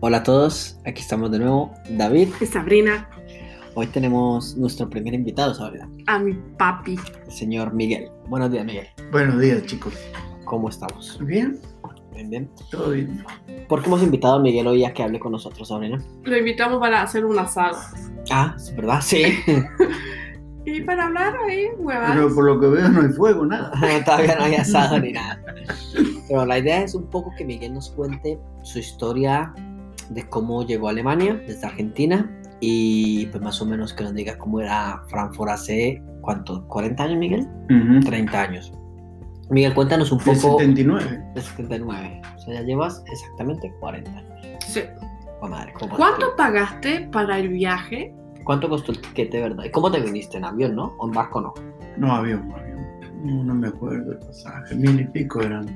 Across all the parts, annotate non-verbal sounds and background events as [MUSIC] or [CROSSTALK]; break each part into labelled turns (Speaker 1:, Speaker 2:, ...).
Speaker 1: Hola a todos, aquí estamos de nuevo, David.
Speaker 2: Sabrina,
Speaker 1: Hoy tenemos nuestro primer invitado, Sabrina,
Speaker 2: a mi papi.
Speaker 1: el señor Miguel. Buenos días, Miguel.
Speaker 3: Buenos días, chicos.
Speaker 1: ¿Cómo estamos?
Speaker 3: ¿Bien?
Speaker 1: ¿Bien, bien?
Speaker 3: ¿Todo bien?
Speaker 1: ¿Por qué hemos invitado a Miguel hoy a que hable con nosotros, Sabrina?
Speaker 2: Lo invitamos para hacer un asado.
Speaker 1: Ah, ¿sí, ¿verdad? Sí. [LAUGHS]
Speaker 2: Y para hablar ahí,
Speaker 3: Pero
Speaker 2: huevadas.
Speaker 3: por lo que veo no hay fuego, nada.
Speaker 1: Todavía no hay asado ni nada. Pero la idea es un poco que Miguel nos cuente su historia de cómo llegó a Alemania desde Argentina y pues más o menos que nos diga cómo era Frankfurt hace, ¿cuánto? ¿40 años, Miguel? 30 años. Miguel, cuéntanos un
Speaker 3: Del
Speaker 1: poco...
Speaker 3: 79.
Speaker 1: de 79. O sea, ya llevas exactamente 40 años.
Speaker 2: Sí.
Speaker 1: Oh, madre, ¿cómo
Speaker 2: ¿Cuánto pagaste para el viaje?
Speaker 1: ¿Cuánto costó el tiquete, verdad? ¿Y cómo te viniste? ¿En avión, no? ¿O en barco, no?
Speaker 3: No, avión, avión. No, no me acuerdo el pasaje. Mil y pico eran.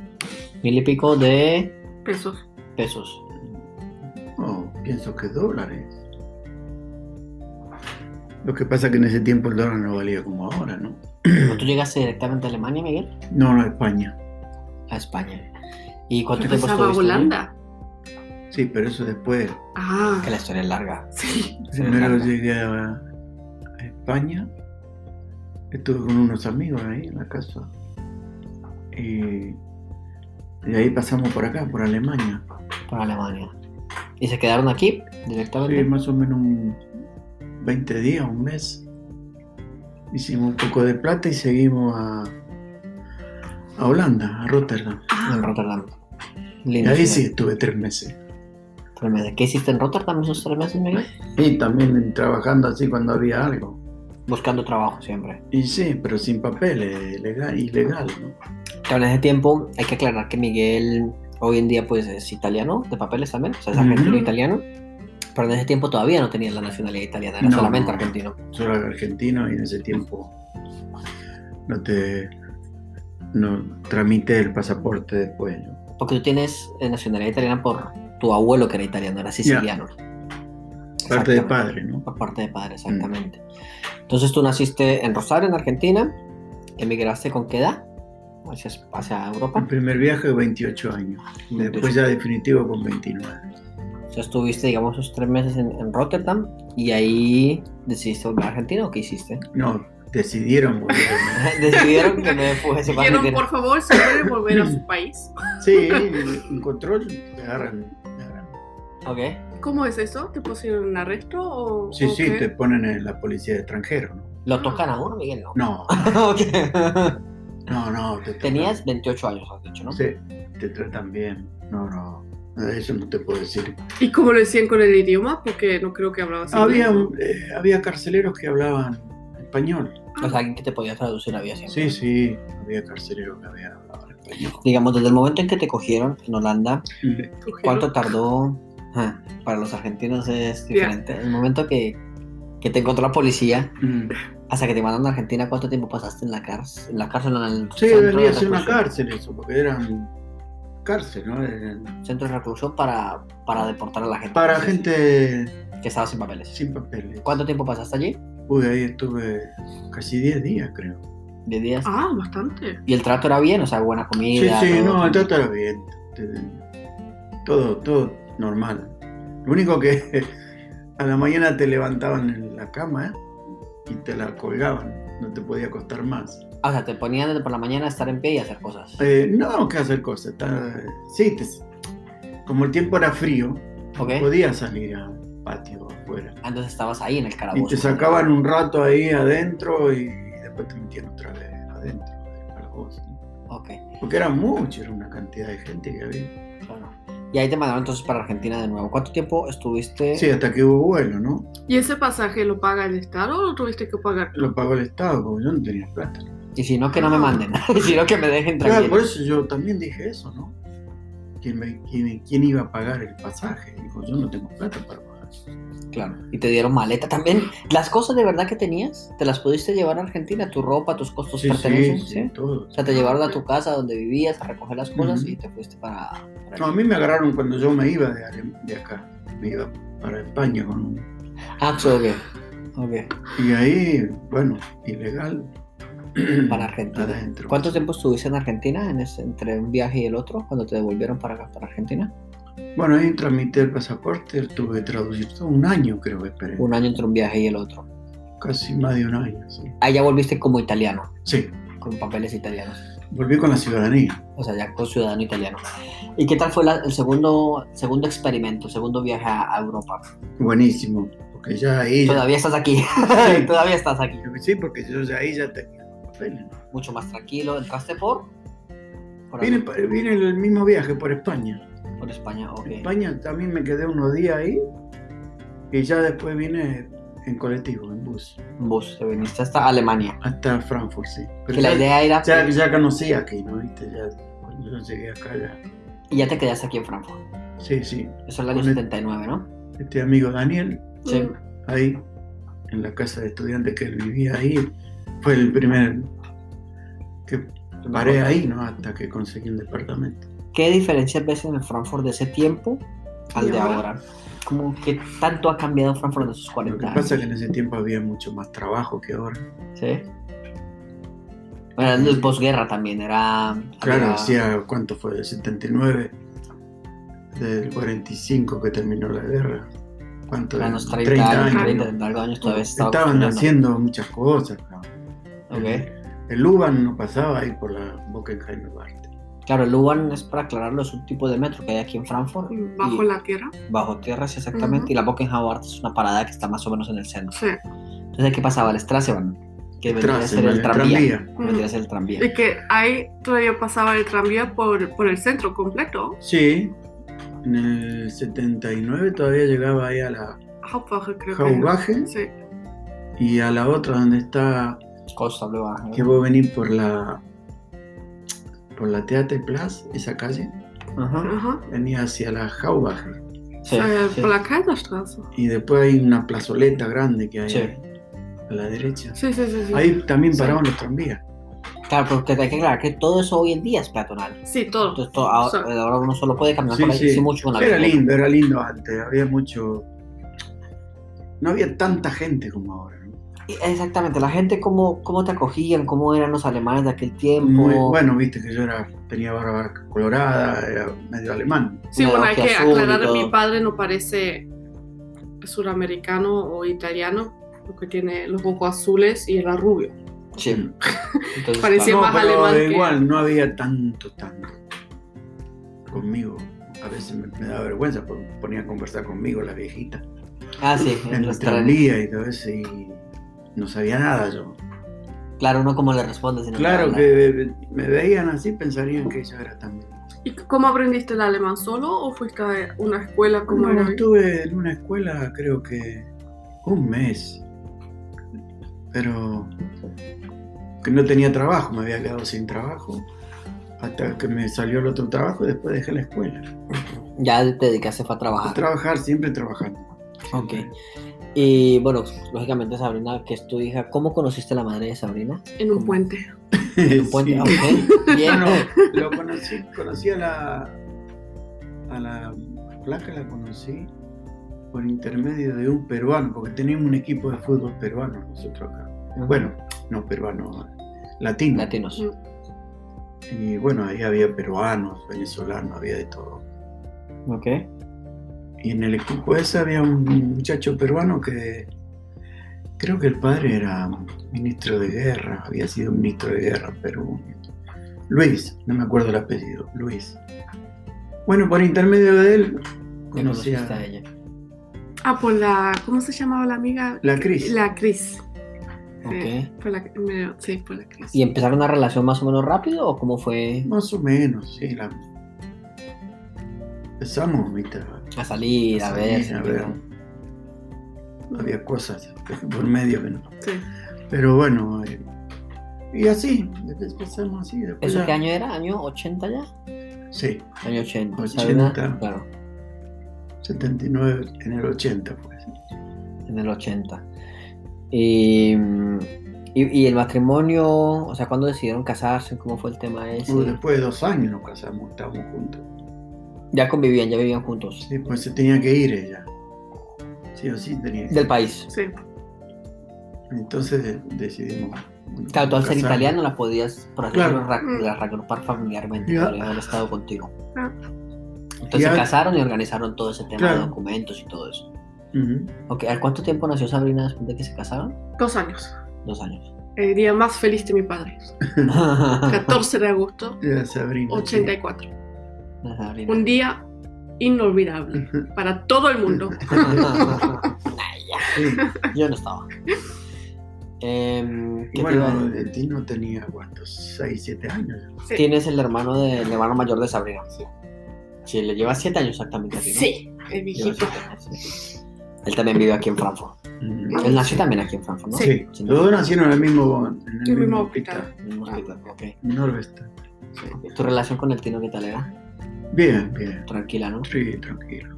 Speaker 1: Mil y pico de
Speaker 2: Pesos.
Speaker 3: [CLEARS THROAT]
Speaker 1: pesos.
Speaker 3: No, pienso que dólares. Lo que pasa que en ese tiempo el dólar no valía como ahora, ¿no?
Speaker 1: ¿Pero ¿Tú llegaste directamente a Alemania, Miguel?
Speaker 3: No, no, España.
Speaker 1: A España. ¿Y cuánto tiempo
Speaker 2: Empezaba a
Speaker 1: estuviste? allí?
Speaker 2: Holanda.
Speaker 3: Sí, pero eso después.
Speaker 2: Ah,
Speaker 1: Que la historia es larga.
Speaker 2: sí.
Speaker 3: Primero
Speaker 1: Holanda.
Speaker 3: llegué a, a España, estuve con unos amigos ahí en la casa. Y de ahí pasamos por acá, por Alemania.
Speaker 1: Por Alemania. ¿Y se quedaron aquí
Speaker 3: Sí,
Speaker 1: directamente?
Speaker 3: más o menos un 20 días, un mes. Hicimos un poco de plata y seguimos a, a Holanda, a Rotterdam.
Speaker 2: Ah.
Speaker 1: En Rotterdam.
Speaker 3: Y
Speaker 1: Lindo.
Speaker 3: ahí sí
Speaker 1: ciudad.
Speaker 3: estuve tres meses.
Speaker 1: Tres meses. ¿Qué hiciste en Rotterdam esos tres meses, Miguel?
Speaker 3: Y también trabajando así cuando había algo.
Speaker 1: Buscando trabajo siempre.
Speaker 3: Y sí, pero sin papeles, legal, ilegal, ¿no?
Speaker 1: Claro, en ese tiempo hay que aclarar que Miguel hoy en día pues es italiano, de papeles también, o sea, es argentino
Speaker 3: Ujú.
Speaker 1: italiano, pero en ese tiempo todavía no tenía la nacionalidad italiana, era
Speaker 3: No,
Speaker 1: solamente
Speaker 3: no.
Speaker 1: argentino.
Speaker 3: Solo era argentino y en ese tiempo no te... No tramité el pasaporte después. ¿no?
Speaker 1: Porque tú tienes eh, nacionalidad italiana por tu abuelo que era italiano, era siciliano.
Speaker 3: Parte de
Speaker 1: Exactamente.
Speaker 3: padre, Mm. ¿no?
Speaker 1: Por parte de padre, exactamente. Entonces tú naciste en Rosario, en Argentina, emigraste con qué edad hacia, hacia
Speaker 3: El
Speaker 1: Europa.
Speaker 3: primer viaje, 28 años. Después ya definitivo con 29.
Speaker 1: O sea, estuviste, digamos, esos tres meses en, en Rotterdam y ahí decidiste volver a Argentina o qué hiciste.
Speaker 3: No, decidieron volver.
Speaker 1: [LAUGHS]
Speaker 3: ¿no?
Speaker 1: Decidieron que me fuese para
Speaker 2: Dijeron,
Speaker 1: Argentina.
Speaker 2: por favor, se puede volver a
Speaker 3: [CLEARS THROAT]
Speaker 2: su país.
Speaker 3: [LAUGHS] Sí, en control te agarran. te agarran.
Speaker 1: Ok.
Speaker 2: ¿Cómo es eso? ¿Te pusieron en arresto o.?
Speaker 3: Sí,
Speaker 2: o
Speaker 3: sí,
Speaker 2: qué?
Speaker 3: te ponen en la policía de extranjero. ¿no?
Speaker 1: ¿Lo tocan a uno, Miguel?
Speaker 2: [LAUGHS]
Speaker 1: No.
Speaker 3: No,
Speaker 1: Ok.
Speaker 3: no, no. Te tratan-
Speaker 1: [LAUGHS] Tenías 28 años, has dicho, ¿no?
Speaker 3: Sí, te tratan bien. No, no. Eso no te puedo decir.
Speaker 2: ¿Y cómo lo decían con el idioma? Porque no creo que hablabas
Speaker 3: Había,
Speaker 2: inglés.
Speaker 3: eh, había carceleros que hablaban español.
Speaker 1: O sea, alguien que te podía traducir había siempre.
Speaker 3: Sí, sí, había carceleros que habían hablado español.
Speaker 1: Digamos, desde el momento en que te cogieron en Holanda,
Speaker 2: Cogieron-
Speaker 1: ¿cuánto tardó? Ah, Para los argentinos es
Speaker 2: Ya.
Speaker 1: diferente. El momento que, que te encontró la policía,
Speaker 3: Mm.
Speaker 1: hasta que te mandaron a Argentina, ¿cuánto tiempo pasaste en la cárcel? En la cárcel, en el
Speaker 3: Sí,
Speaker 1: centro
Speaker 3: debería
Speaker 1: de
Speaker 3: ser una
Speaker 1: reclusión?
Speaker 3: cárcel eso, porque eran cárcel, ¿no? Eran-
Speaker 1: Centro de reclusión para, para deportar a la gente.
Speaker 3: Para
Speaker 1: Sí,
Speaker 3: gente
Speaker 1: Que estaba sin papeles.
Speaker 3: sin papeles.
Speaker 1: ¿Cuánto tiempo pasaste allí?
Speaker 3: Uy, ahí estuve casi 10 días, creo.
Speaker 1: ¿10 días?
Speaker 2: Ah, bastante.
Speaker 1: ¿Y el trato era bien? O sea, buena
Speaker 3: Sí,
Speaker 1: comida.
Speaker 3: sí,
Speaker 1: todo?
Speaker 3: no, el trato era bien. Te- Todo, todo normal. Lo único que [LAUGHS] a la mañana te levantaban en la cama y te la colgaban. No te podía acostar más.
Speaker 1: Ah, O sea, te ponían desde por la mañana a estar en pie y a hacer cosas.
Speaker 3: Eh, no, que hacer cosas. está- Sí, te- como el tiempo era frío,
Speaker 1: Ok.
Speaker 3: podías salir al patio afuera.
Speaker 1: Antes estabas ahí en el
Speaker 3: Y
Speaker 1: calabozo.
Speaker 3: te sacaban un rato ahí adentro y después te metían otra vez adentro del calabozo, ¿no?
Speaker 1: Ok,
Speaker 3: Porque era mucho, era una cantidad de gente que había.
Speaker 1: claro. Y ahí te mandaron entonces para Argentina de nuevo. ¿Cuánto tiempo estuviste?
Speaker 3: Sí, hasta que hubo vuelo, ¿no?
Speaker 2: ¿Y ese pasaje lo paga el Estado o lo tuviste que pagar?
Speaker 3: Lo pagó el Estado, porque yo no tenía plata.
Speaker 1: Y si no, que no me manden. [LAUGHS] y si no, que me dejen
Speaker 3: Claro,
Speaker 1: tranquilo.
Speaker 3: por eso yo también dije eso, ¿no? ¿Quién, me- quién- quién iba a pagar el pasaje? Dijo, yo no tengo plata para pagar.
Speaker 1: Claro. Y te dieron maleta también. ¿Las cosas de verdad que tenías? ¿Te las pudiste llevar a Argentina? ¿Tu ropa, tus costos
Speaker 3: Sí, sí,
Speaker 1: pertenecen?
Speaker 3: sí, todo.
Speaker 1: O sea, te llevaron a tu casa donde vivías a recoger las cosas
Speaker 3: Ujú.
Speaker 1: y te fuiste para... para
Speaker 3: No, a
Speaker 1: allí.
Speaker 3: mí me agarraron cuando yo me iba de, Ale- de acá. Me iba para España con un...
Speaker 1: Ah, sí, ok. Ok.
Speaker 3: Y ahí, bueno, ilegal.
Speaker 1: [CLEARS THROAT] Para Argentina.
Speaker 3: Adentro.
Speaker 1: ¿Cuánto tiempo estuviste en Argentina en ese- entre un viaje y el otro cuando te devolvieron para acá, para Argentina?
Speaker 3: Bueno, ahí tramité el pasaporte, tuve que traducir todo un año, creo que esperé.
Speaker 1: Un año entre un viaje y el otro.
Speaker 3: Casi más de un año, sí.
Speaker 1: Ah, ya volviste como italiano,
Speaker 3: Sí,
Speaker 1: con papeles italianos.
Speaker 3: volví con la ciudadanía.
Speaker 1: O sea, ya con ciudadano italiano. ¿Y qué tal fue la- el segundo, segundo experimento, segundo viaje a, a Europa?
Speaker 3: Buenísimo, porque ya ahí... ya-
Speaker 1: Todavía estás aquí. [LAUGHS] Todavía estás aquí.
Speaker 3: Sí, porque yo ya ahí ya tenía los papeles.
Speaker 1: Mucho más tranquilo. ¿Entraste por? Por,
Speaker 3: Vine, pa- vine en el mismo viaje por España.
Speaker 1: por España, ok.
Speaker 3: En España también me quedé unos días ahí y ya después vine en colectivo, en bus,
Speaker 1: En Bus, te viniste hasta Alemania.
Speaker 3: hasta Frankfurt, sí. Pero
Speaker 1: Que la
Speaker 3: ya,
Speaker 1: idea era...
Speaker 3: ya, ya conocí aquí, ¿no? ¿Viste? Ya, cuando yo llegué acá ya.
Speaker 1: Y ya te quedaste aquí en Frankfurt.
Speaker 3: Sí, sí.
Speaker 1: Eso es el año
Speaker 3: Con el-
Speaker 1: 79, ¿no?
Speaker 3: Este amigo Daniel,
Speaker 1: Sí.
Speaker 2: Mm,
Speaker 3: ahí, en la casa de estudiantes que él vivía ahí, fue el primer que paré ahí, ¿no? Hasta que conseguí un departamento.
Speaker 1: ¿Qué diferencias ves en el Frankfurt de ese tiempo al
Speaker 2: Y
Speaker 1: de
Speaker 2: ahora.
Speaker 1: ahora? Como que tanto ha cambiado Frankfurt en esos
Speaker 3: Lo
Speaker 1: 40
Speaker 3: que
Speaker 1: años.
Speaker 3: pasa es que en ese tiempo había mucho más trabajo que ahora.
Speaker 1: Sí. Bueno, era el posguerra también, era...
Speaker 3: Claro,
Speaker 1: había-
Speaker 3: decía, ¿cuánto fue? Del 79, del 45 que terminó la guerra. ¿Cuánto?
Speaker 1: eran
Speaker 3: era?
Speaker 1: los 30, años, 30,
Speaker 3: ¿no?
Speaker 1: 30 años todavía estaba
Speaker 3: Estaban
Speaker 1: construyendo.
Speaker 3: haciendo muchas cosas. cabrón.
Speaker 1: Ok.
Speaker 3: El Uban no pasaba ahí por la Bockenheimer Barte.
Speaker 1: Claro, el U-Bahn es para aclararlo, es un tipo de metro que hay aquí en Frankfurt.
Speaker 2: Bajo
Speaker 1: y-
Speaker 2: la tierra.
Speaker 1: Bajo tierra, sí, exactamente.
Speaker 2: Ujú.
Speaker 1: Y la Bockenham Art es una parada que está más o menos en el centro.
Speaker 2: Sí.
Speaker 1: Entonces, ¿qué pasaba? El Straseban, que vendría a
Speaker 3: Tras,
Speaker 1: ser el tranvía. que Vendría a
Speaker 2: Mm.
Speaker 1: ser el tranvía.
Speaker 2: Es que ahí todavía pasaba el tranvía por, por el centro completo.
Speaker 3: Sí, en el 79 todavía llegaba ahí a la
Speaker 2: Hauptwache, creo
Speaker 3: Jaubaje
Speaker 2: que. Sí.
Speaker 3: y a la otra donde está,
Speaker 1: Costa Brava, ¿no?
Speaker 3: que vos venís por la, por la Teatro Plaza, esa calle,
Speaker 1: Ajá.
Speaker 2: Ajá.
Speaker 3: venía hacia la Jaubaje.
Speaker 1: Sí,
Speaker 2: Eh,
Speaker 1: sí.
Speaker 2: Por la Kaiserstraße.
Speaker 3: Y después hay una plazoleta grande que hay
Speaker 1: Sí.
Speaker 3: a la derecha.
Speaker 2: Sí, sí, sí. sí.
Speaker 3: Ahí también
Speaker 1: Sí.
Speaker 3: paraban los tranvías.
Speaker 1: Claro, porque hay que aclarar que todo eso hoy en día es peatonal.
Speaker 2: Sí, todo.
Speaker 1: Entonces, todo- ahora, eh,
Speaker 2: Sí.
Speaker 1: ahora uno solo puede caminar
Speaker 3: Sí,
Speaker 1: por ahí
Speaker 3: sí.
Speaker 1: sí, mucho con la
Speaker 3: Era
Speaker 1: bicicleta.
Speaker 3: lindo, era lindo antes. Había mucho. No había tanta gente como ahora. ¿no?
Speaker 1: Y- Exactamente, la gente, cómo, cómo te acogían, cómo eran los alemanes de aquel tiempo.
Speaker 3: Muy bueno, viste que yo era, tenía barba colorada, era medio alemán.
Speaker 2: Sí,
Speaker 1: la
Speaker 2: bueno, hay
Speaker 1: hoja
Speaker 2: que
Speaker 1: azul y
Speaker 2: aclarar,
Speaker 1: todo.
Speaker 2: mi padre no parece suramericano o italiano, porque tiene los ojos azules y era rubio.
Speaker 1: Sí.
Speaker 3: Mm.
Speaker 1: Entonces,
Speaker 2: [LAUGHS] Parecía
Speaker 1: claro,
Speaker 3: no,
Speaker 2: más
Speaker 3: pero
Speaker 2: alemán que-
Speaker 3: igual, no había tanto, tanto conmigo. A veces me, me daba vergüenza, porque ponía a conversar conmigo la viejita.
Speaker 1: Ah, sí,
Speaker 3: En los tranvías y todo eso, y no sabía nada yo.
Speaker 1: Claro, uno como le responde. sino
Speaker 3: Claro
Speaker 1: la-
Speaker 3: que me veían así, pensarían que yo era también.
Speaker 2: ¿Y cómo aprendiste el alemán? ¿Solo o fuiste a una escuela como
Speaker 3: Como
Speaker 2: era? hoy?
Speaker 3: estuve en una escuela, creo que un mes, pero que no tenía trabajo, me había quedado sin trabajo hasta que me salió el otro trabajo y después dejé la escuela.
Speaker 1: Ya te dedicaste fue a trabajar.
Speaker 3: A trabajar, siempre trabajando.
Speaker 1: Ok. Y bueno, lógicamente Sabrina, que es tu hija, ¿cómo conociste a la madre de Sabrina?
Speaker 2: En un puente.
Speaker 1: En
Speaker 3: [LAUGHS]
Speaker 1: un puente,
Speaker 3: Sí.
Speaker 1: ah,
Speaker 3: [LAUGHS]
Speaker 1: ok. Bien.
Speaker 3: Bueno, lo conocí, conocí a la, a la placa, la conocí por intermedio de un peruano, porque teníamos un equipo de fútbol peruano nosotros acá. Bueno, no peruano, latino.
Speaker 1: latinos.
Speaker 3: Y bueno, ahí había peruanos, venezolanos, había de todo.
Speaker 1: Ok.
Speaker 3: Y en el equipo ese había un muchacho peruano que creo que el padre era ministro de guerra, había sido ministro de guerra en Perú. Luis, no me acuerdo el apellido, Luis. Bueno, por intermedio de él
Speaker 1: Ya
Speaker 3: conocí
Speaker 1: conociste a
Speaker 3: a
Speaker 1: ella.
Speaker 2: Ah, por la. ¿Cómo se llamaba la amiga?
Speaker 3: la Cris.
Speaker 2: La Cris.
Speaker 1: Ok.
Speaker 2: Por la, me- sí, por la Cris.
Speaker 1: ¿Y empezaron una relación más o menos rápido o cómo fue
Speaker 3: Más o menos, sí. La... Empezamos, viste, a-
Speaker 1: a salir, a,
Speaker 3: a
Speaker 1: ver?
Speaker 3: salir, a
Speaker 1: sentir-
Speaker 3: ver. Había cosas por medio que no.
Speaker 2: Sí.
Speaker 3: Pero bueno, eh, y así, empezamos así. después
Speaker 1: ¿Eso
Speaker 3: ya-
Speaker 1: qué año era? ¿Año 80 ya?
Speaker 3: Sí,
Speaker 1: Año 80.
Speaker 3: 80.
Speaker 1: Claro,
Speaker 3: 79, en el pues. 80 fue. sí.
Speaker 1: en el 80. Y, mm, y, y el matrimonio, o sea, ¿cuándo decidieron casarse? ¿Cómo fue el tema ese?
Speaker 3: Bueno, Después de dos años nos casamos, estábamos juntos.
Speaker 1: Ya convivían, ya vivían juntos.
Speaker 3: Sí, pues se tenía que ir ella. Sí o sí tenía que ir.
Speaker 1: Del país.
Speaker 2: Sí.
Speaker 3: Entonces eh, decidimos. bueno,
Speaker 1: Claro, tú al ser
Speaker 3: casarnos.
Speaker 1: italiano la podías, por así
Speaker 3: Claro.
Speaker 1: decirlo, ra- la reagrupar familiarmente,
Speaker 3: Ya.
Speaker 1: podrías haber estado contigo.
Speaker 2: Ah.
Speaker 1: Entonces
Speaker 3: Y
Speaker 1: se
Speaker 3: a-
Speaker 1: casaron y organizaron todo ese tema de
Speaker 3: Claro.
Speaker 1: documentos y todo eso.
Speaker 3: Ujú.
Speaker 1: Ok, ¿al cuánto tiempo nació Sabrina después de que se casaron?
Speaker 2: Dos años.
Speaker 1: Dos años.
Speaker 2: El eh, día más feliz de mi padre.
Speaker 1: [LAUGHS]
Speaker 2: 14 de agosto,
Speaker 3: Era Sabrina.
Speaker 2: 84.
Speaker 1: La Sabrina.
Speaker 2: Un día inolvidable
Speaker 3: Ujú.
Speaker 2: para todo el mundo.
Speaker 3: [LAUGHS] Sí.
Speaker 1: [LAUGHS] Yo no estaba. Em, ¿qué te iba a
Speaker 3: Bueno,
Speaker 1: decir?
Speaker 3: de ti no tenía cuántos, 6, 7 años.
Speaker 2: Sí.
Speaker 1: Tienes el hermano de el hermano mayor de Sabrina.
Speaker 2: Sí.
Speaker 1: Sí, le lleva siete años exactamente. a ti, ¿no?
Speaker 2: el
Speaker 1: Lleva
Speaker 2: viejito.
Speaker 1: siete años, sí. Él también vive aquí en Frankfurt.
Speaker 3: Ujú.
Speaker 1: Él nació también aquí en Frankfurt, ¿no?
Speaker 2: Sí.
Speaker 1: Sin
Speaker 3: Los
Speaker 1: duda.
Speaker 3: dos nacieron en el mismo, en el
Speaker 2: En el
Speaker 3: mismo
Speaker 2: mismo
Speaker 3: hospital,
Speaker 1: En un hospital, ok.
Speaker 3: en Norvesta.
Speaker 1: ¿Tu relación con el Tino qué tal era?
Speaker 3: Bien, bien.
Speaker 1: Tranquila, ¿no?
Speaker 3: Sí, tranquilo.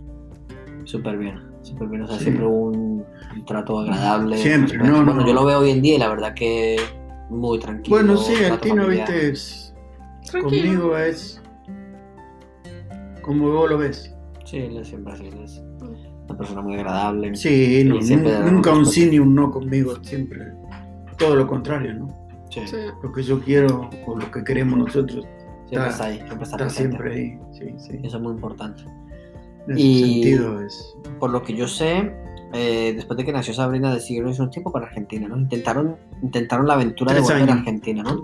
Speaker 1: Súper bien, súper bien. O sea,
Speaker 3: Sí.
Speaker 1: siempre hubo un, un trato agradable.
Speaker 3: Siempre, no,
Speaker 1: Bueno,
Speaker 3: no.
Speaker 1: yo lo veo hoy en día y la verdad que muy tranquilo.
Speaker 3: Bueno, sí, el
Speaker 1: trato
Speaker 3: Tino,
Speaker 1: familiar.
Speaker 3: viste, es-
Speaker 2: Tranquilo.
Speaker 3: conmigo es como vos lo ves.
Speaker 1: Sí, él es siempre así. él Es una persona muy agradable.
Speaker 3: Sí, no,
Speaker 1: siempre
Speaker 3: nun-
Speaker 1: da
Speaker 3: nunca un
Speaker 1: respuesta.
Speaker 3: sí ni un no conmigo, siempre todo lo contrario, ¿no?
Speaker 1: Sí,
Speaker 2: Sí.
Speaker 3: Lo que yo quiero o lo que queremos nosotros
Speaker 1: Siempre
Speaker 3: Está-
Speaker 1: está ahí, siempre está
Speaker 3: está
Speaker 1: presente.
Speaker 3: siempre ahí, sí, sí.
Speaker 1: Eso es muy importante.
Speaker 3: En ese
Speaker 1: Y-
Speaker 3: sentido es...
Speaker 1: Por lo que yo sé, eh, después de que nació Sabrina, decidieron irse un tiempo para Argentina, ¿no? Intentaron, intentaron la aventura de
Speaker 3: Tres
Speaker 1: volver a
Speaker 3: años.
Speaker 1: Argentina, ¿no?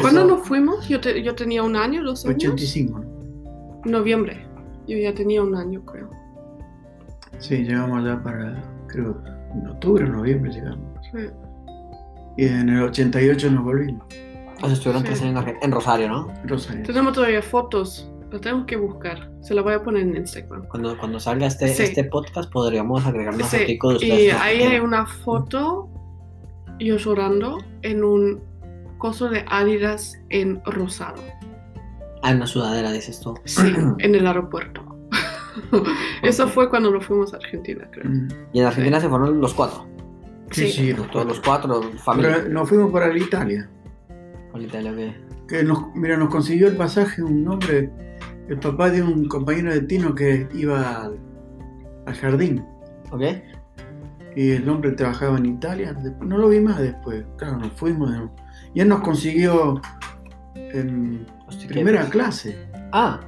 Speaker 2: ¿Cuándo
Speaker 1: Eso-
Speaker 2: nos fuimos? Yo, te- yo tenía un año, dos años.
Speaker 3: 85, ¿no?
Speaker 2: Noviembre. Yo ya tenía un año, creo.
Speaker 3: Sí, llegamos allá para, creo, en octubre, noviembre llegamos.
Speaker 2: Sí.
Speaker 3: Y en el 88 nos volvimos,
Speaker 1: O sea, pues, estuvieron tres
Speaker 2: Sí.
Speaker 1: años en, Argen- en Rosario, ¿no?
Speaker 3: Rosario.
Speaker 2: Tenemos todavía fotos. Las tengo que buscar. Se las voy a poner en Instagram.
Speaker 1: Cuando, cuando salga este,
Speaker 2: Sí.
Speaker 1: este podcast, podríamos agregar unos
Speaker 2: Sí,
Speaker 1: artículos de ustedes.
Speaker 2: Y
Speaker 1: en
Speaker 2: ahí
Speaker 1: Argentina.
Speaker 2: hay una foto yo llorando en un coso de Adidas en rosado.
Speaker 1: Ah, en una sudadera, dices tú.
Speaker 2: [CLEARS THROAT] Sí, en el aeropuerto. [LAUGHS] Eso
Speaker 1: Ok.
Speaker 2: fue cuando nos fuimos a Argentina, creo.
Speaker 3: Mm.
Speaker 1: Y en Argentina se fueron los cuatro.
Speaker 3: Sí, sí, los
Speaker 1: Todos
Speaker 3: cuatro.
Speaker 1: los cuatro, familia.
Speaker 3: Pero nos fuimos para Italia.
Speaker 1: Con Italia, ok.
Speaker 3: Que nos, mira, nos consiguió el pasaje un hombre, el papá de un compañero de Tino que iba al, al jardín.
Speaker 1: ¿Ok?
Speaker 3: Y el hombre trabajaba en Italia. de- No lo vi más después. Claro, nos fuimos. de- Y él nos consiguió en
Speaker 1: Los tiquetes.
Speaker 3: primera clase.
Speaker 1: Ah,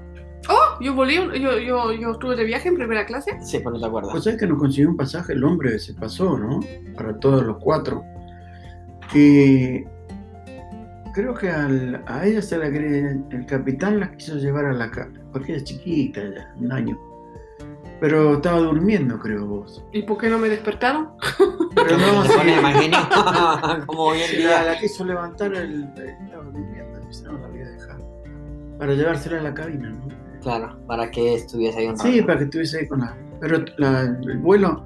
Speaker 2: Yo volví, yo, yo, yo estuve de viaje en primera clase.
Speaker 1: sí, pero no te acuerdas.
Speaker 3: O sea Pues que nos consiguió un pasaje, el hombre se pasó, ¿no? Para todos los cuatro. Y creo que al- a ella se la quería- el capitán la quiso llevar a la casa, porque era chiquita ya, un año. Pero estaba durmiendo, creo vos.
Speaker 2: ¿Y por qué no me despertaron?
Speaker 3: Pero
Speaker 1: [LAUGHS]
Speaker 3: no,
Speaker 1: Se pone
Speaker 3: sí,
Speaker 1: más
Speaker 3: [LAUGHS]
Speaker 1: genio. [LAUGHS] Como hoy en
Speaker 3: la,
Speaker 1: día.
Speaker 3: la quiso levantar, el, estaba durmiendo, dice, no la voy a dejar. Para llevársela a la cabina, ¿no?
Speaker 1: Claro, para que estuviese ahí un
Speaker 3: Sí,
Speaker 1: rato.
Speaker 3: para que estuviese ahí con la... Pero la- el vuelo,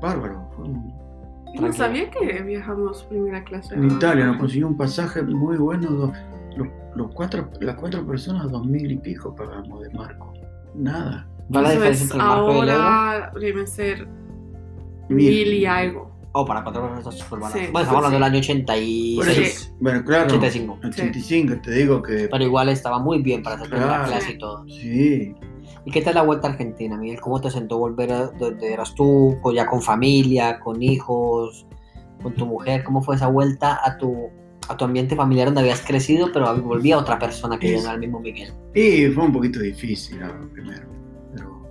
Speaker 3: bárbaro, fue un
Speaker 2: Yo no sabía que viajamos primera clase.
Speaker 3: En Italia nos consiguió un pasaje muy bueno, do- los, los cuatro, las cuatro personas, dos mil y pico pagamos de marco. Nada.
Speaker 1: ¿Cuál es la
Speaker 2: Eso
Speaker 1: diferencia
Speaker 2: es,
Speaker 1: entre el marco y el euro?
Speaker 2: ahora deben ser mil y algo.
Speaker 1: Oh, para cuatro personas está súper barato.
Speaker 2: Sí,
Speaker 1: bueno, estamos hablando
Speaker 2: sí.
Speaker 1: del año
Speaker 3: Por eso,
Speaker 1: 86,
Speaker 3: Bueno, claro,
Speaker 1: 85.
Speaker 3: 85, te digo que
Speaker 1: Pero igual estaba muy bien para hacer primera
Speaker 3: Claro.
Speaker 1: clase y todo.
Speaker 3: sí.
Speaker 1: ¿Y qué tal la vuelta a Argentina, Miguel? ¿Cómo te sentó volver a donde eras tú, co- ya con familia, con hijos, con tu mujer? ¿Cómo fue esa vuelta a tu, a tu ambiente familiar donde habías crecido, pero volvía otra persona que ya
Speaker 3: Es-
Speaker 1: no era el mismo Miguel?
Speaker 3: Y fue un poquito difícil lo primero, pero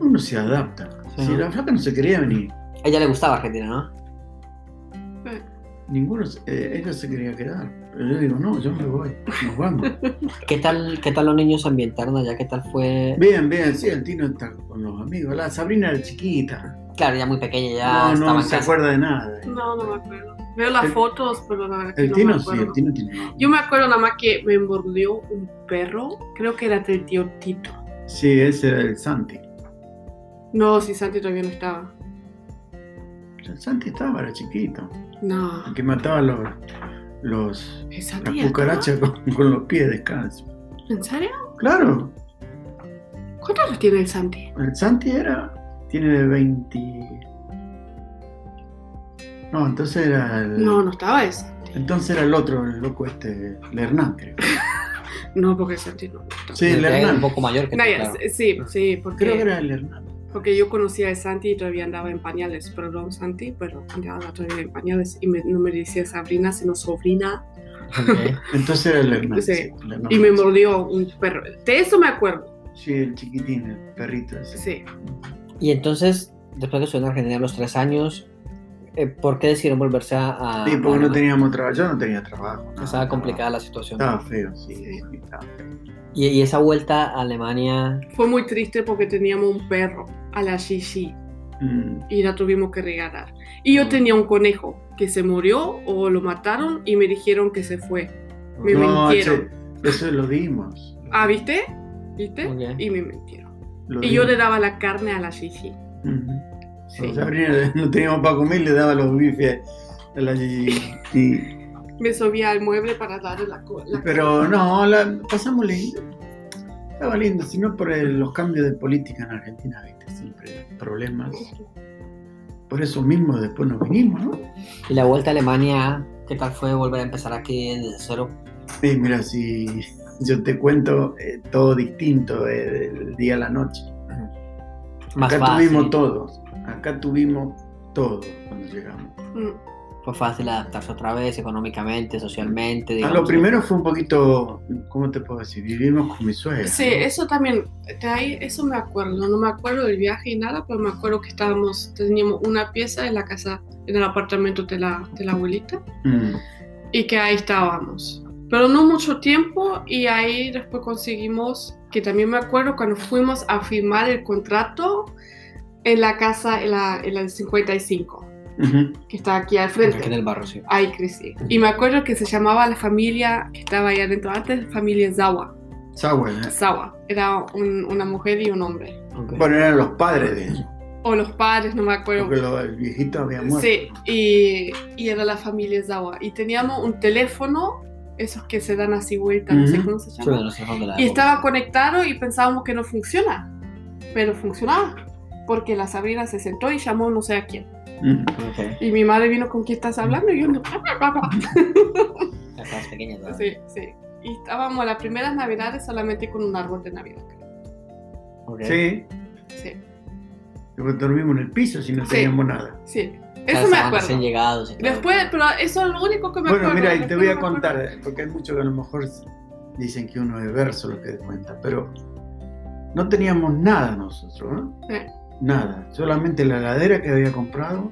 Speaker 3: uno se adapta.
Speaker 1: Sí.
Speaker 3: Si la flaca no se quería venir,
Speaker 1: A ella le gustaba Argentina, ¿no?
Speaker 3: ninguno, se- eh, ella se quería quedar. Pero yo digo, no, yo me voy, nos vamos.
Speaker 1: ¿Qué tal, qué tal los niños se ambientaron allá? ¿Qué tal fue?
Speaker 3: Bien, bien, sí, el Tino está con los amigos. La Sabrina era chiquita.
Speaker 1: Claro, ya muy pequeña, ya
Speaker 3: no,
Speaker 1: estaba
Speaker 3: no
Speaker 1: en
Speaker 3: se
Speaker 1: casa.
Speaker 3: acuerda de nada.
Speaker 2: No, no me acuerdo. Veo las
Speaker 3: El-
Speaker 2: fotos, pero la verdad que
Speaker 3: El
Speaker 2: no me
Speaker 3: Tino sí,
Speaker 2: acuerdo.
Speaker 3: el Tino tiene.
Speaker 2: Yo me acuerdo nada más que me mordió un perro. Creo que era del tío Tito.
Speaker 3: Sí, ese era el Santi.
Speaker 2: No, si Santi todavía no estaba.
Speaker 3: El Santi estaba, era chiquito.
Speaker 2: No,
Speaker 3: El que mataba los, los,
Speaker 2: ¿es
Speaker 3: las
Speaker 2: Santi? ya
Speaker 3: cucarachas con, con los pies descalzos.
Speaker 2: estaba? ¿En serio?
Speaker 3: Claro,
Speaker 2: ¿Cuántos años tiene el Santi?
Speaker 3: el Santi era. Tiene 20. No, entonces era el.
Speaker 2: No, no estaba ese.
Speaker 3: Entonces era el otro, el loco este, el Hernán, creo.
Speaker 2: No, porque Santi no, no estaba.
Speaker 3: Sí, el
Speaker 1: Ya era un
Speaker 3: Hernán.
Speaker 1: poco mayor que tú,
Speaker 2: No, ya,
Speaker 1: claro.
Speaker 2: Sí, sí, porque,
Speaker 3: Ah. Creo que era el Hernán.
Speaker 2: porque yo conocía a Santi y todavía andaba en pañales. Perdón, Santi, pero andaba todavía en pañales y me- no me decía Sabrina, sino sobrina.
Speaker 1: Ok.
Speaker 3: Entonces era el hermano.
Speaker 2: Sí.
Speaker 3: sí, el hermano.
Speaker 2: Y me mordió un perro. De eso me acuerdo.
Speaker 3: Sí, el chiquitín, el perrito. ese.
Speaker 2: Sí.
Speaker 1: Y entonces, después de que estuvieron en Argentina los tres años, eh, ¿por qué decidieron volverse
Speaker 2: Ah,
Speaker 1: a... a
Speaker 3: Sí, porque
Speaker 1: Panamá?
Speaker 3: no teníamos trabajo. Yo no tenía trabajo. no,
Speaker 1: Estaba
Speaker 3: no,
Speaker 1: complicada la situación.
Speaker 3: Estaba feo, sí. sí, estaba feo.
Speaker 1: Y, y esa vuelta a Alemania,
Speaker 2: Fue muy triste porque teníamos un perro, a la Shishi,
Speaker 3: Mm,
Speaker 2: y la tuvimos que regalar. Y yo tenía un conejo que se murió o lo mataron y me dijeron que se fue. Me
Speaker 3: No,
Speaker 2: mintieron.
Speaker 3: che, eso lo dimos.
Speaker 2: Ah, ¿viste? ¿Viste?
Speaker 1: Ok.
Speaker 2: Y me mintieron.
Speaker 3: Lo
Speaker 2: Y yo
Speaker 3: dimos.
Speaker 2: le daba la carne a la Shishi.
Speaker 3: Ujú.
Speaker 2: Sí.
Speaker 3: Sabrina, [LAUGHS] no teníamos para comer, le daba los bifes a la Gigi.
Speaker 2: [LAUGHS]
Speaker 3: Y-
Speaker 2: Me subía al mueble para darle la, co- la
Speaker 3: Pero no, la, pasamos lindo. Estaba lindo, sino por el- los cambios de política en Argentina, viste, siempre problemas. Por eso mismo después nos vinimos, ¿no?
Speaker 1: y la vuelta a Alemania, ¿qué tal fue volver a empezar aquí desde cero?
Speaker 3: Sí, mira, si yo te cuento eh, todo distinto eh, del día a la noche.
Speaker 1: Más
Speaker 3: Acá
Speaker 1: fácil.
Speaker 3: tuvimos todo. Acá tuvimos todo cuando llegamos.
Speaker 2: Mm,
Speaker 1: Fue fácil adaptarse otra vez económicamente, socialmente.
Speaker 3: A
Speaker 1: digamos.
Speaker 3: Ah, lo primero fue un poquito, ¿cómo te puedo decir? Vivimos con mi suegra.
Speaker 2: Sí,
Speaker 3: ¿no?
Speaker 2: eso también, de ahí, eso me acuerdo. No me acuerdo del viaje y nada, pero me acuerdo que estábamos, teníamos una pieza en la casa, en el apartamento de la, de la abuelita,
Speaker 3: Mm.
Speaker 2: y que ahí estábamos. Pero no mucho tiempo, y ahí después conseguimos, que también me acuerdo cuando fuimos a firmar el contrato en la casa, en la, en la del 55,
Speaker 3: Ujú.
Speaker 2: que está aquí al
Speaker 1: Aquí en
Speaker 2: frente.
Speaker 1: el barrio, sí.
Speaker 2: Ahí crecí. Y me acuerdo que se llamaba la familia que estaba ahí adentro antes, familia Zawa.
Speaker 3: Sawa, ¿eh?
Speaker 2: Zawa. Era un- una mujer y un hombre.
Speaker 1: Ok.
Speaker 3: Bueno, eran los padres de ellos.
Speaker 2: O los padres, no me acuerdo.
Speaker 3: Porque lo- el viejito había muerto.
Speaker 2: Sí, y, y era la familia Zawa. Y teníamos un teléfono, esos que se dan así vuelta, no sé
Speaker 3: Ujú.
Speaker 2: cómo se
Speaker 1: Sí, bueno,
Speaker 2: llama.
Speaker 1: nosotros de la
Speaker 2: Y
Speaker 1: época.
Speaker 2: estaba conectado y pensábamos que no funciona. Pero funcionaba. Porque la Sabrina se sentó y llamó no sé a quién.
Speaker 3: Mm.
Speaker 1: Ok.
Speaker 2: Y mi madre vino con quién estás hablando y yo no.
Speaker 1: Estabas pequeña todavía.
Speaker 2: Sí, sí. Y estábamos las primeras navidades solamente con un árbol de navidad. creo.
Speaker 1: Ok.
Speaker 3: Sí,
Speaker 2: Sí,
Speaker 3: porque dormimos en el piso si no
Speaker 2: Sí.
Speaker 3: teníamos nada.
Speaker 2: sí.
Speaker 1: O sea,
Speaker 2: Eso me
Speaker 1: estaban
Speaker 2: acuerdo.
Speaker 1: recién llegados y todo.
Speaker 2: Después, pero eso es lo único que me
Speaker 3: Bueno,
Speaker 2: acuerdo.
Speaker 3: mira, y te
Speaker 2: después
Speaker 3: voy a
Speaker 2: no me acuerdo.
Speaker 3: contar, porque hay muchos que a lo mejor dicen que uno es verso lo que cuenta, pero no teníamos nada nosotros, ¿no?
Speaker 2: Sí.
Speaker 3: Nada, solamente la heladera que había comprado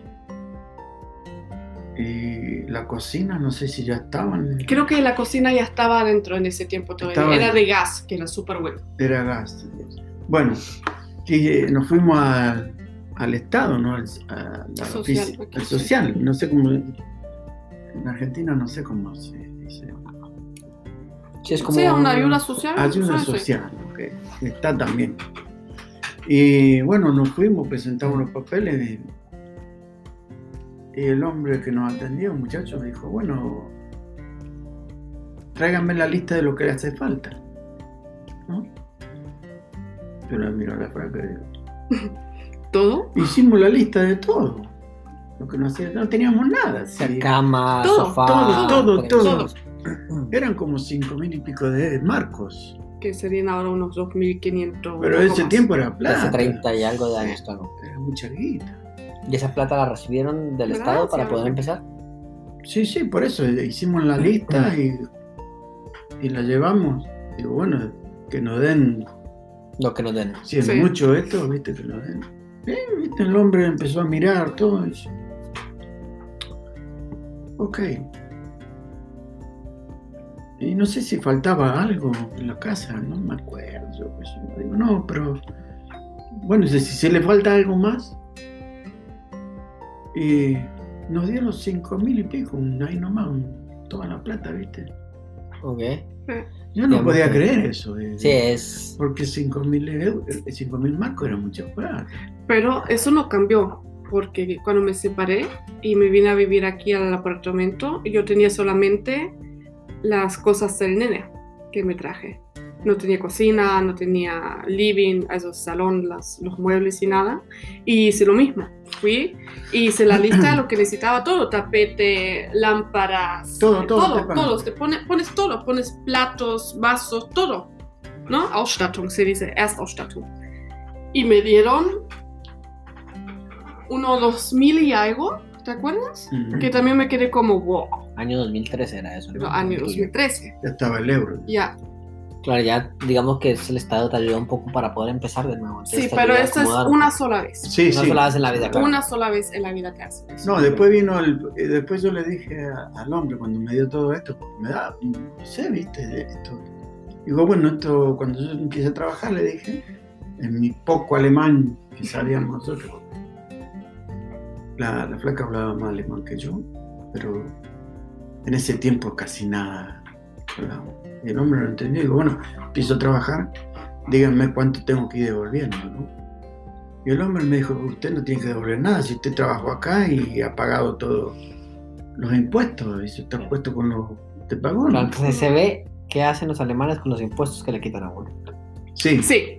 Speaker 3: y la cocina, no sé si ya estaban,
Speaker 2: Creo que la cocina ya estaba adentro en ese tiempo todavía.
Speaker 3: Estaba
Speaker 2: era
Speaker 3: adentro.
Speaker 2: de gas, que era súper bueno.
Speaker 3: era gas. Bueno, que eh, nos fuimos al, al Estado, ¿no? Al, a la
Speaker 2: Social,
Speaker 3: ofici-
Speaker 2: ok,
Speaker 3: al
Speaker 2: sí.
Speaker 3: social, no sé cómo... En Argentina no sé cómo se dice.
Speaker 1: Sí, es como
Speaker 2: sí,
Speaker 1: un-
Speaker 2: una ayuda social.
Speaker 3: Ayuda
Speaker 2: Ah, sí, sí.
Speaker 3: social, que está también. Y bueno, nos fuimos, presentamos los papeles y, y el hombre que nos atendió, un muchacho, dijo, bueno, tráiganme la lista de lo que le hace falta. ¿No? Yo le miro la fraca y digo,
Speaker 2: Todo.
Speaker 3: hicimos la lista de todo. Lo que nos hacía, no teníamos nada.
Speaker 1: o
Speaker 3: sí.
Speaker 1: sea, cama,
Speaker 2: Todo,
Speaker 1: sofá,
Speaker 3: todo, todo,
Speaker 1: televisión.
Speaker 3: Eran como cinco mil y pico de marcos.
Speaker 2: Que serían ahora unos 2.500.
Speaker 3: Pero
Speaker 2: un
Speaker 3: en
Speaker 2: poco
Speaker 3: ese
Speaker 2: más.
Speaker 3: tiempo era
Speaker 1: Hace
Speaker 3: plata.
Speaker 1: 30 y algo de años, claro.
Speaker 3: Era mucha guita.
Speaker 1: ¿Y esa plata la recibieron del
Speaker 2: Gracias.
Speaker 1: Estado para poder empezar?
Speaker 3: Sí, sí, por eso eh, hicimos la lista y, y la llevamos. Digo, bueno, que nos den,
Speaker 1: Lo que nos den.
Speaker 3: si es
Speaker 2: Sí.
Speaker 3: mucho esto, viste, que nos den. Eh, viste, el hombre empezó a mirar todo. y dice, ok. Y no sé si faltaba algo en la casa, no me acuerdo. yo qué sé, no digo, no, pero. Bueno, dice, si se le falta algo más. Y nos dieron cinco mil y pico, un- ahí nomás, un- toda la plata, ¿viste?
Speaker 1: Ok.
Speaker 3: Yo no
Speaker 1: Ya,
Speaker 3: podía
Speaker 1: mucho.
Speaker 3: creer eso. eh,
Speaker 1: Sí, es.
Speaker 3: Porque 5.000 euros, 5.000 marcos era mucha plata.
Speaker 2: Pero eso no cambió, porque cuando me separé y me vine a vivir aquí al apartamento, yo tenía solamente las cosas del nene que me traje. No tenía cocina, no tenía living, eso, salón, las- los muebles y nada. Y hice lo mismo. Fui y hice la lista de lo que necesitaba todo, tapete, lámparas,
Speaker 3: Todo,
Speaker 2: eh,
Speaker 3: todo,
Speaker 2: todo,
Speaker 3: te
Speaker 2: todo.
Speaker 3: pones.
Speaker 2: Te pone- pones todo, pones platos, vasos, todo. ¿No? Ausstattung se dice, Erstausstattung. Y me dieron uno dos mil y algo ¿Te acuerdas?
Speaker 3: Ujú.
Speaker 2: Que también me quedé como, wow,
Speaker 1: Año 2013 era eso. ¿no?
Speaker 2: los años 2013.
Speaker 3: Ya estaba el euro.
Speaker 2: Ya,
Speaker 1: Claro, ya digamos que es el Estado te ayuda un poco para poder empezar de nuevo. Entonces,
Speaker 2: sí,
Speaker 1: te
Speaker 2: pero
Speaker 1: ayuda a
Speaker 2: eso es
Speaker 1: acomodar.
Speaker 2: una sola vez.
Speaker 3: Sí,
Speaker 1: Una
Speaker 3: sí.
Speaker 1: sola vez en la vida, claro.
Speaker 2: Una sola vez en la vida que haces eso.
Speaker 3: No, después vino el. eh, Después yo le dije a- al hombre cuando me dio todo esto, porque me da, no sé, viste, de esto. Digo, bueno, esto, cuando yo empecé a trabajar, le dije, en mi poco alemán que sabíamos nosotros. La, la flaca hablaba más alemán que yo, pero en ese tiempo casi nada hablaba. Y el hombre lo entendió. Digo, bueno, empiezo a trabajar, díganme cuánto tengo que ir devolviendo, ¿no? Y el hombre me dijo, usted no tiene que devolver nada, si usted trabajó acá y ha pagado todos los impuestos, y se está puesto con los... ¿Te pagó?
Speaker 1: Claro,
Speaker 3: No?
Speaker 1: entonces se ve qué hacen los alemanes con los impuestos que le quitan a uno.
Speaker 3: Sí,
Speaker 2: Sí,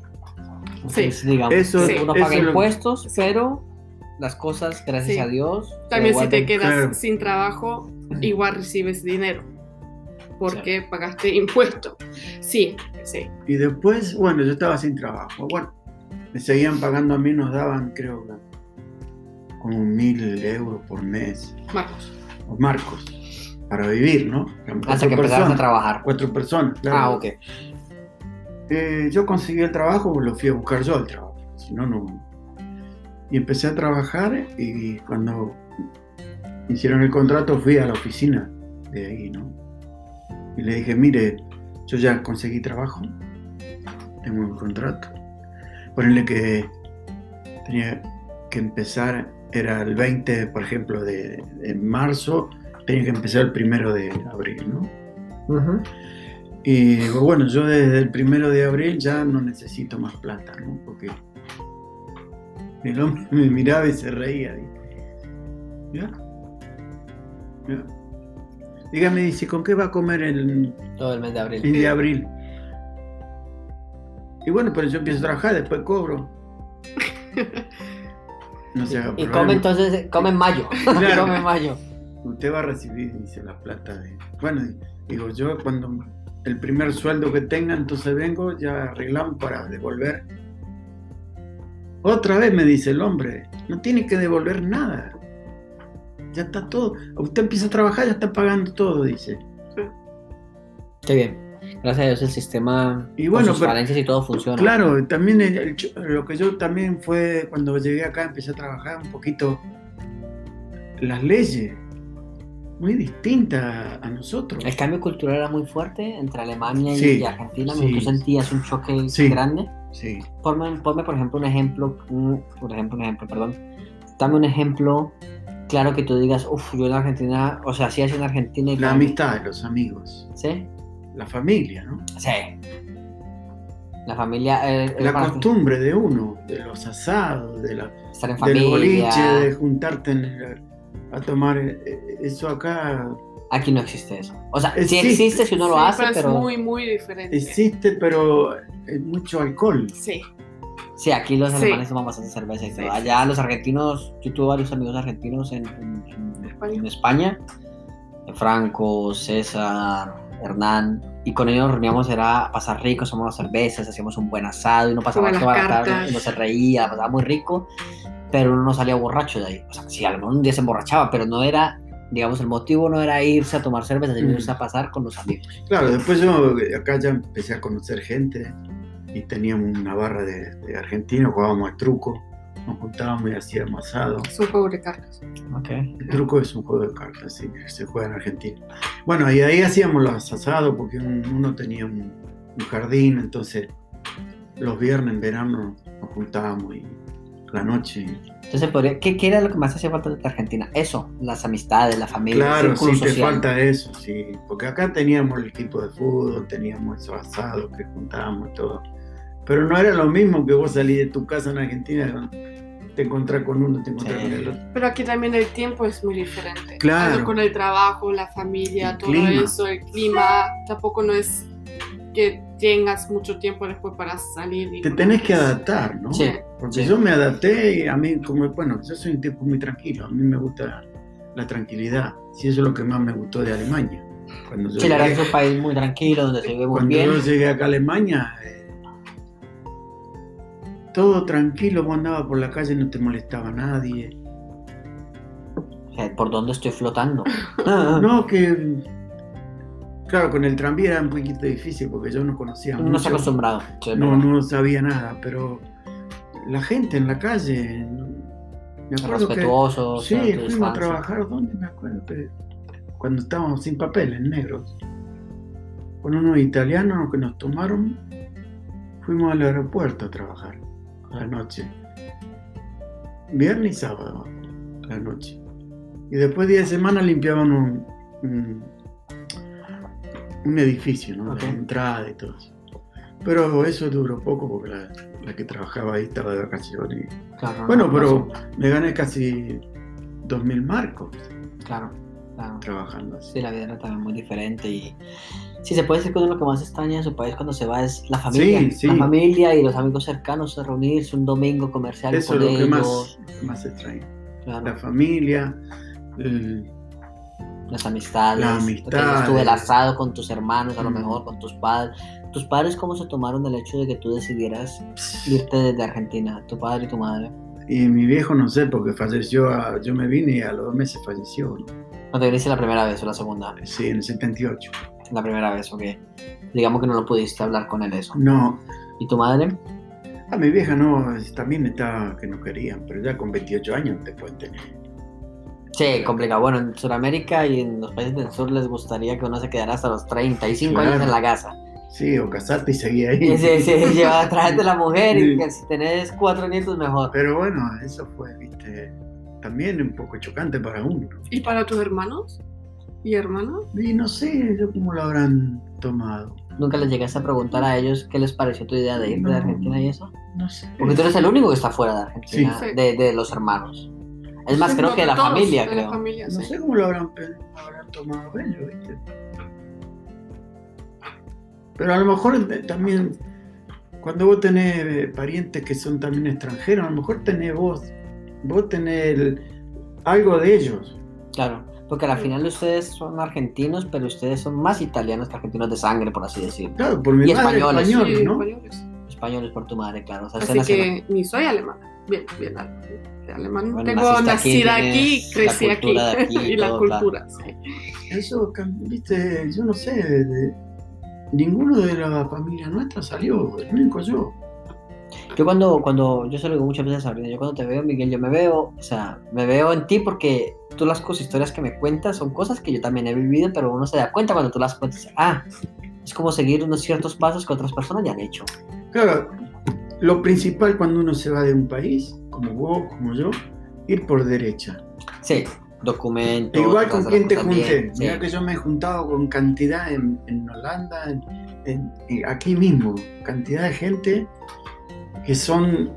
Speaker 1: Entonces, digamos,
Speaker 3: Eso-
Speaker 1: que uno
Speaker 3: eso
Speaker 1: paga
Speaker 3: es lo-
Speaker 1: impuestos, pero las cosas, gracias
Speaker 2: Sí.
Speaker 1: a Dios, se
Speaker 2: también si te
Speaker 1: devuelven.
Speaker 2: quedas
Speaker 3: claro.
Speaker 2: sin trabajo, igual recibes dinero. Porque pagaste impuesto. Sí, sí.
Speaker 3: y después, bueno, yo estaba sin trabajo. Bueno, me seguían pagando a mí, nos daban, creo, como mil euros por mes,
Speaker 2: Marcos.
Speaker 3: los marcos, para vivir, ¿no? Eran
Speaker 1: hasta
Speaker 3: cuatro
Speaker 1: que empezaron a
Speaker 3: personas,
Speaker 1: trabajar.
Speaker 3: Cuatro personas, claro.
Speaker 1: Ah, ok.
Speaker 3: Eh, yo conseguí el trabajo, pues lo fui a buscar yo al trabajo, si no, no. Y empecé a trabajar y cuando hicieron el contrato fui a la oficina de ahí, ¿no? Y le dije, mire, yo ya conseguí trabajo, tengo un contrato. Ponele que tenía que empezar, era el 20, por ejemplo, de, de marzo, tenía que empezar el primero de abril, ¿no?
Speaker 1: Ujú.
Speaker 3: Y digo, bueno, yo desde el primero de abril ya no necesito más plata, ¿no? Porque el hombre me miraba y se reía. y- ¿Ya? ¿Ya? Dígame, dice, ¿con qué va a comer el,
Speaker 1: Todo el mes de abril.
Speaker 3: el de abril? Y bueno, pero yo empiezo a trabajar, después
Speaker 1: [LAUGHS]
Speaker 3: cobro. No se haga
Speaker 1: Y
Speaker 3: problema.
Speaker 1: come entonces, come en mayo.
Speaker 3: [LAUGHS] Claro.
Speaker 1: come en mayo.
Speaker 3: Usted va a recibir, dice, la plata de... Bueno, digo, yo cuando el primer sueldo que tenga, entonces vengo, ya arreglamos para devolver. Otra vez me dice el hombre, no tiene que devolver nada. Ya está todo. Usted empieza a trabajar, ya está pagando todo, dice.
Speaker 1: Qué bien. Gracias a Dios el sistema
Speaker 3: Y
Speaker 1: con
Speaker 3: bueno,
Speaker 1: sus
Speaker 3: pero-
Speaker 1: falencias y todo funciona.
Speaker 3: Claro, también el- el cho- lo que yo también fue cuando llegué acá empecé a trabajar un poquito las leyes, muy distintas a nosotros.
Speaker 1: El cambio cultural era muy fuerte entre Alemania y-
Speaker 3: Sí,
Speaker 1: y Argentina.
Speaker 3: sí.
Speaker 1: Tú sentías un choque
Speaker 3: Sí.
Speaker 1: grande.
Speaker 3: Sí.
Speaker 1: Ponme, ponme, por ejemplo, un ejemplo. un- por ejemplo, un ejemplo, perdón. Dame un ejemplo claro que tú digas, uff, yo en Argentina, o sea, sí es en Argentina y
Speaker 3: La
Speaker 1: cambio".
Speaker 3: amistad, los amigos,
Speaker 1: ¿Sí?
Speaker 3: la familia, ¿no?
Speaker 1: Sí. La familia. eh, era
Speaker 3: La
Speaker 1: para ti
Speaker 3: costumbre de uno, de los asados, de la,
Speaker 1: Estar en
Speaker 3: del
Speaker 1: familia.
Speaker 3: boliche, de juntarte en el- a tomar eh, eh, eso acá
Speaker 1: Aquí no existe eso. O sea, sí
Speaker 3: Existe.
Speaker 1: existe si uno lo
Speaker 2: Sí,
Speaker 1: hace, pero.
Speaker 2: es muy, muy diferente.
Speaker 3: existe, pero es mucho alcohol.
Speaker 2: Sí.
Speaker 1: Sí, aquí los
Speaker 2: Sí.
Speaker 1: alemanes toman bastante cerveza y
Speaker 2: Sí,
Speaker 1: todo.
Speaker 2: sí,
Speaker 1: Allá los argentinos, yo tuve varios amigos argentinos en, en- en-
Speaker 2: España.
Speaker 1: en España, Franco, César, Hernán, y con ellos nos reuníamos, era pasar rico, tomamos cervezas, hacíamos un buen asado, y uno pasaba
Speaker 2: Jugar
Speaker 1: toda
Speaker 2: las
Speaker 1: la tarde,
Speaker 2: cartas.
Speaker 1: uno se reía, la pasaba muy rico, pero uno no salía borracho de ahí. O sea, sí, a lo mejor un día se emborrachaba, pero no era, digamos, el motivo no era irse a tomar cerveza, sino
Speaker 3: Mm.
Speaker 1: irse a pasar con los amigos.
Speaker 3: Claro, después yo eh, acá ya empecé a conocer gente y teníamos una barra de, de argentinos, jugábamos al truco, nos juntábamos y hacíamos asado.
Speaker 2: Son juego de cartas.
Speaker 3: El truco es un juego de cartas, sí, que se juega en Argentina. Bueno, y ahí hacíamos los asados porque un- uno tenía un, un jardín, entonces los viernes en verano nos juntábamos y la noche.
Speaker 1: Entonces, podría- ¿qué, ¿qué era lo que más hacía falta de Argentina? Eso, las amistades, la familia,
Speaker 3: claro,
Speaker 1: el círculo
Speaker 3: sí, te
Speaker 1: social.
Speaker 3: falta eso, sí, porque acá teníamos el equipo de fútbol, teníamos esos asados que juntábamos y todo. Pero no era lo mismo que vos salís de tu casa en Argentina, te encontrás con uno, te encontrás
Speaker 1: Sí.
Speaker 3: con el otro.
Speaker 2: Pero aquí también el tiempo es muy diferente.
Speaker 3: Claro.
Speaker 2: Algo Con el trabajo, la familia,
Speaker 3: El
Speaker 2: todo
Speaker 3: clima.
Speaker 2: eso, el clima. Tampoco no es que tengas mucho tiempo después para salir. y-
Speaker 3: Te tenés que adaptar, ¿no?
Speaker 1: Sí.
Speaker 3: Porque
Speaker 1: Sí.
Speaker 3: yo me adapté y a mí, como, bueno, yo soy un tipo muy tranquilo, a mí me gusta la tranquilidad, si eso es lo que más me gustó de Alemania. Cuando yo,
Speaker 1: Chile
Speaker 3: llegué,
Speaker 1: es un país muy tranquilo, donde se vive muy
Speaker 3: cuando yo
Speaker 1: bien.
Speaker 3: llegué acá a Alemania, eh, todo tranquilo, vos andabas por la calle, no te molestaba nadie.
Speaker 1: Eh, ¿Por dónde estoy flotando?
Speaker 3: [LAUGHS]
Speaker 1: Ah,
Speaker 3: No, que. Claro, con el tranvía era un poquito difícil porque yo no conocía
Speaker 1: no,
Speaker 3: mucho.
Speaker 1: se ha acostumbrado. Sí,
Speaker 3: No,
Speaker 1: ¿verdad?
Speaker 3: no sabía nada, pero la gente en la calle. Me acuerdo que.
Speaker 1: Respetuoso.
Speaker 3: Sí,
Speaker 1: sabe tu
Speaker 3: fuimos a
Speaker 1: distancia.
Speaker 3: trabajar, ¿dónde? Me acuerdo que cuando estábamos sin papeles, negros, con unos italianos que nos tomaron, fuimos al aeropuerto a trabajar la noche. Viernes y sábado, la noche. Y después de 10 semanas limpiaban un, un, un edificio, ¿no?
Speaker 1: Ok.
Speaker 3: La entrada y todo eso. Pero eso duró poco porque la, la que trabajaba ahí estaba de vacaciones.
Speaker 1: Claro, no,
Speaker 3: Bueno,
Speaker 1: no,
Speaker 3: pero
Speaker 1: no,
Speaker 3: me gané casi 2.000 marcos
Speaker 1: Claro, claro.
Speaker 3: trabajando así.
Speaker 1: Sí, la vida era también muy diferente y... Sí, se puede decir que uno lo que más extraña de su país cuando se va es la familia.
Speaker 3: Sí, sí.
Speaker 1: La familia y los amigos cercanos, reunirse un domingo, comercial
Speaker 3: Eso
Speaker 1: con
Speaker 3: es lo
Speaker 1: ellos.
Speaker 3: que más, más extraño.
Speaker 1: claro,
Speaker 3: La familia, el-
Speaker 1: las amistades.
Speaker 3: las
Speaker 1: lo que dices tú,
Speaker 3: amistades.
Speaker 1: el asado con tus hermanos, a lo
Speaker 3: Mm.
Speaker 1: mejor con tus padres. ¿Tus padres cómo se tomaron el hecho de que tú decidieras irte desde Argentina? Tu padre y tu madre.
Speaker 3: y mi viejo no sé, porque falleció, a- yo me vine y a los dos meses falleció. ¿no?
Speaker 1: ¿No te viniste la primera vez o la segunda?
Speaker 3: Sí, en el 78.
Speaker 1: La primera vez, ok. Digamos que no lo pudiste hablar con él eso.
Speaker 3: No,
Speaker 1: ¿Y tu madre?
Speaker 3: a mi vieja no, es- también estaba que no querían, pero ya con 28 años te pueden tener.
Speaker 1: Sí, complicado. Bueno, en Sudamérica y en los países del sur les gustaría que uno se quedara hasta los 35 años
Speaker 3: Claro.
Speaker 1: en la casa.
Speaker 3: Sí, o casarte y seguí
Speaker 1: Y
Speaker 3: ahí.
Speaker 1: se, se lleva atrás de la mujer y
Speaker 3: Sí.
Speaker 1: que si tenés cuatro nietos mejor.
Speaker 3: Pero bueno, eso fue, viste, también un poco chocante para uno. ¿no?
Speaker 2: ¿Y para tus hermanos y hermanas?
Speaker 3: Y no sé yo cómo lo habrán tomado.
Speaker 1: ¿Nunca les llegaste a preguntar a ellos qué les pareció tu idea de irte de
Speaker 3: No.
Speaker 1: Argentina y eso?
Speaker 3: No sé.
Speaker 1: Porque tú eres el único que está fuera de Argentina,
Speaker 2: Sí. Sí.
Speaker 1: de, de los hermanos. Es más,
Speaker 3: Sí,
Speaker 1: creo
Speaker 2: Pues No,
Speaker 1: que de la
Speaker 2: todos,
Speaker 1: familia,
Speaker 2: de La
Speaker 1: creo.
Speaker 2: familia,
Speaker 3: No
Speaker 2: sí.
Speaker 3: sé cómo lo habrán, pe- lo habrán tomado ellos, ¿viste? Pero a lo mejor de- también, cuando vos tenés eh, parientes que son también extranjeros, a lo mejor tenés vos, vos tenés el- algo de ellos.
Speaker 1: Claro. Porque al final ustedes son argentinos, pero ustedes son más italianos que argentinos de sangre, por así decirlo.
Speaker 3: Claro, por mi
Speaker 1: Y
Speaker 3: madre
Speaker 1: españoles.
Speaker 3: español,
Speaker 2: Sí,
Speaker 3: ¿no?
Speaker 2: españoles.
Speaker 1: Españoles por tu madre, claro. O sea, se
Speaker 2: Así
Speaker 1: nacional-
Speaker 2: que ni soy alemana. Bien, bien, de alemán.
Speaker 1: Bueno,
Speaker 2: Tengo
Speaker 1: naciste aquí,
Speaker 2: nacida aquí,
Speaker 1: tienes
Speaker 2: crecí
Speaker 1: la
Speaker 2: aquí.
Speaker 1: cultura de aquí y
Speaker 2: [LAUGHS] y la
Speaker 1: todo, claro.
Speaker 2: cultura, sí.
Speaker 3: Eso, cam- viste, yo no sé, de- ninguno de la familia nuestra salió, el único yo.
Speaker 1: Yo cuando, cuando, yo se lo digo muchas veces a Sabrina, yo cuando te veo, Miguel, yo me veo, o sea, me veo en ti porque tú las cosas, historias que me cuentas son cosas que yo también he vivido, pero uno se da cuenta cuando tú las cuentas. Ah, es como seguir unos ciertos pasos que otras personas ya han hecho.
Speaker 3: Claro, lo principal cuando uno se va de un país, como vos, como yo, ir por derecha.
Speaker 1: Sí, documentos.
Speaker 3: E igual con
Speaker 1: cosas
Speaker 3: quien te
Speaker 1: cosas
Speaker 3: junté.
Speaker 1: bien,
Speaker 3: Mira
Speaker 1: sí.
Speaker 3: que yo me he juntado con cantidad en, en Holanda, en- en- y aquí mismo, cantidad de gente que son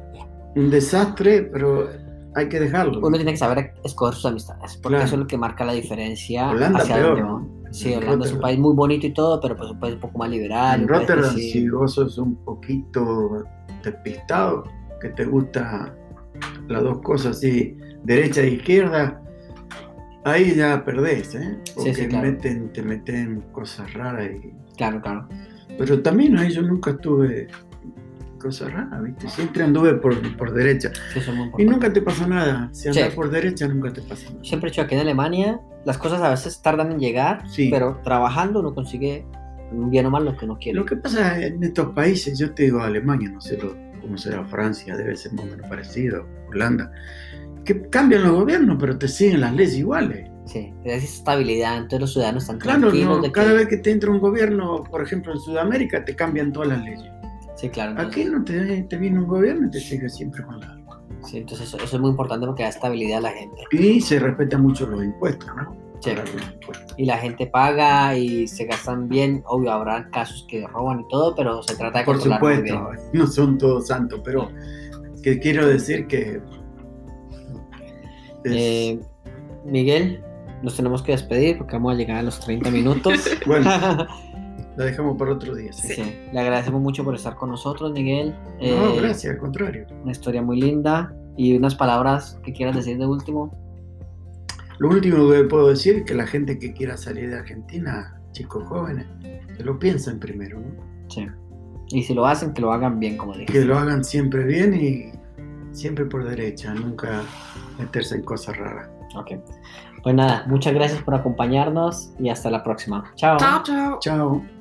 Speaker 3: un desastre, pero hay que dejarlo.
Speaker 1: Uno tiene que saber escoger sus amistades, porque
Speaker 3: Claro.
Speaker 1: eso es lo que marca la diferencia
Speaker 3: Holanda
Speaker 1: hacia
Speaker 3: peor.
Speaker 1: dónde va.
Speaker 3: ¿no?
Speaker 1: Sí,
Speaker 3: En
Speaker 1: Holanda es un
Speaker 3: Rotterdam.
Speaker 1: país muy bonito y todo, pero pues un país un poco más liberal.
Speaker 3: En
Speaker 1: un país que
Speaker 3: Rotterdam,
Speaker 1: sí-
Speaker 3: si vos sos un poquito despistado, que te gusta las dos cosas así, derecha e izquierda, ahí ya perdés, ¿eh? Porque
Speaker 1: sí, claro.
Speaker 3: meten, te meten cosas raras. y-
Speaker 1: Claro, claro.
Speaker 3: Pero también ahí yo nunca estuve cosas raras, ¿viste? Siempre anduve por, por derecha.
Speaker 1: Sí, eso es muy
Speaker 3: Y
Speaker 1: importante.
Speaker 3: nunca te pasa nada. Si andas
Speaker 1: Sí.
Speaker 3: por derecha, nunca te pasa nada.
Speaker 1: siempre he dicho aquí en Alemania las cosas a veces tardan en llegar,
Speaker 3: Sí.
Speaker 1: pero trabajando uno consigue bien o mal lo que uno quiere.
Speaker 3: Lo que pasa en estos países, yo te digo Alemania, no sé lo- cómo será Francia, debe ser más o menos parecido, Holanda, que cambian los gobiernos, pero te siguen las leyes iguales.
Speaker 1: Sí, es estabilidad, entonces los ciudadanos están
Speaker 3: Claro,
Speaker 1: tranquilos
Speaker 3: no,
Speaker 1: de
Speaker 3: cada
Speaker 1: que-
Speaker 3: vez que te entra un gobierno, por ejemplo en Sudamérica, te cambian todas las leyes.
Speaker 1: Sí, claro. Entonces,
Speaker 3: Aquí no te, te viene un gobierno y te sigue siempre con la...
Speaker 1: sí, entonces eso, eso es muy importante porque da estabilidad a la gente.
Speaker 3: Y se respetan mucho los impuestos, ¿no?
Speaker 1: Sí,
Speaker 3: Claro, los impuestos.
Speaker 1: Y la gente paga y se gastan bien, obvio, habrá casos que roban y todo, pero se trata de
Speaker 3: Por
Speaker 1: controlar muy bien.
Speaker 3: supuesto, [LAUGHS] no son todos santos, pero que quiero decir que... es-
Speaker 1: Eh, Miguel, nos tenemos que despedir porque vamos a llegar a los 30 minutos.
Speaker 3: [LAUGHS]
Speaker 1: [LAUGHS]
Speaker 3: Bueno, la dejamos para otro día. sí.
Speaker 1: Sí, Le agradecemos mucho por estar con nosotros, Miguel.
Speaker 3: No,
Speaker 1: Eh,
Speaker 3: gracias, al contrario.
Speaker 1: una historia muy linda y unas palabras que quieras decir de último.
Speaker 3: Lo último que puedo decir es que la gente que quiera salir de Argentina, chicos jóvenes, que lo piensen primero, ¿no?
Speaker 1: Sí. Y si lo hacen, que lo hagan bien, como dije.
Speaker 3: que lo hagan siempre bien y siempre por derecha, nunca meterse en cosas raras.
Speaker 1: Ok. Pues nada, muchas gracias por acompañarnos y hasta la próxima. Chao.
Speaker 2: Chao, chao.
Speaker 3: Chao.